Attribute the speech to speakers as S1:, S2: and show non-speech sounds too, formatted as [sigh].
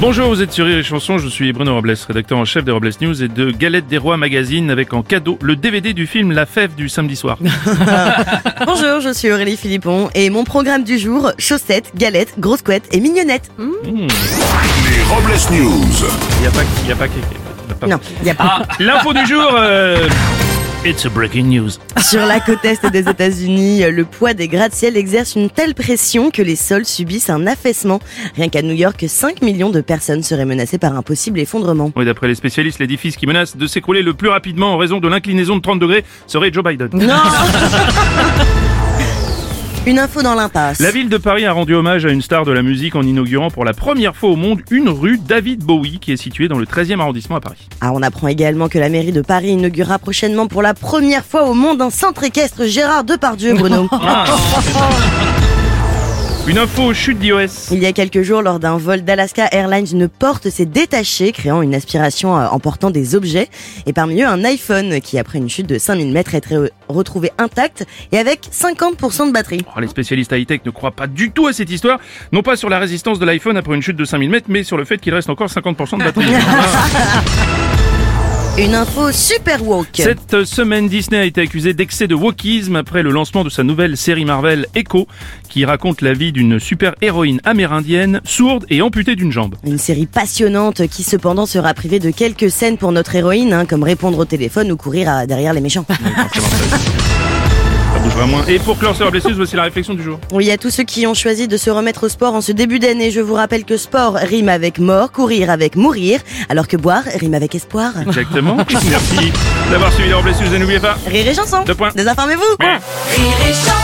S1: Bonjour, vous êtes sur Rire et Chanson, je suis Bruno Robles, rédacteur en chef des Robles News et de Galette des Rois Magazine avec en cadeau le DVD du film La Fève du samedi soir.
S2: Bonjour, je suis Aurélie Philippon et mon programme du jour, chaussettes, galettes, grosses couettes et mignonnettes. Hmm
S3: Les Robles News.
S1: Il n'y a pas... Il y a pas, il y a pas-
S2: non, il n'y a pas.
S1: Ah, l'info du jour... euh, It's a breaking news.
S2: Sur la côte est des États-Unis, le poids des gratte-ciel exerce une telle pression que les sols subissent un affaissement. Rien qu'à New York, 5 millions de personnes seraient menacées par un possible effondrement.
S1: Oui, d'après les spécialistes, l'édifice qui menace de s'écrouler le plus rapidement en raison de l'inclinaison de 30 degrés serait Joe Biden.
S2: Une info dans l'impasse.
S1: La ville de Paris a rendu hommage à une star de la musique en inaugurant pour la première fois au monde une rue David Bowie qui est située dans le 13e arrondissement à Paris.
S2: Ah, on apprend également que la mairie de Paris inaugurera prochainement pour la première fois au monde un centre équestre Gérard
S1: [laughs]
S2: Depardieu, Bruno.
S1: Une info chute d'iOS.
S2: Il y a quelques jours, lors d'un vol d'Alaska Airlines, une porte s'est détachée, créant une aspiration euh, emportant des objets, et parmi eux un iPhone qui, après une chute de 5000 mètres, est re- retrouvé intact et avec 50% de batterie.
S1: Oh, les spécialistes high-tech ne croient pas du tout à cette histoire, non pas sur la résistance de l'iPhone après une chute de 5000 mètres, mais sur le fait qu'il reste encore 50% de batterie.
S2: Une info super woke.
S1: Cette semaine, Disney a été accusé d'excès de wokisme après le lancement de sa nouvelle série Marvel Echo, qui raconte la vie d'une super-héroïne amérindienne, sourde et amputée d'une jambe.
S2: Une série passionnante qui cependant sera privée de quelques scènes pour notre héroïne, hein, comme répondre au téléphone ou courir à- derrière les méchants.
S1: Ça bougera moins. Et pour clore sur la blessure, voici la réflexion du jour.
S2: Oui, à tous ceux qui ont choisi de se remettre au sport en ce début d'année, je vous rappelle que sport rime avec mort, courir avec mourir, alors que boire rime avec espoir.
S1: [laughs] Exactement. Merci d'avoir suivi les blessure et n'oubliez pas,
S2: Rire et chanson.
S1: Deux points.
S2: Désinformez-vous.
S1: Point.
S2: Rire et chanson.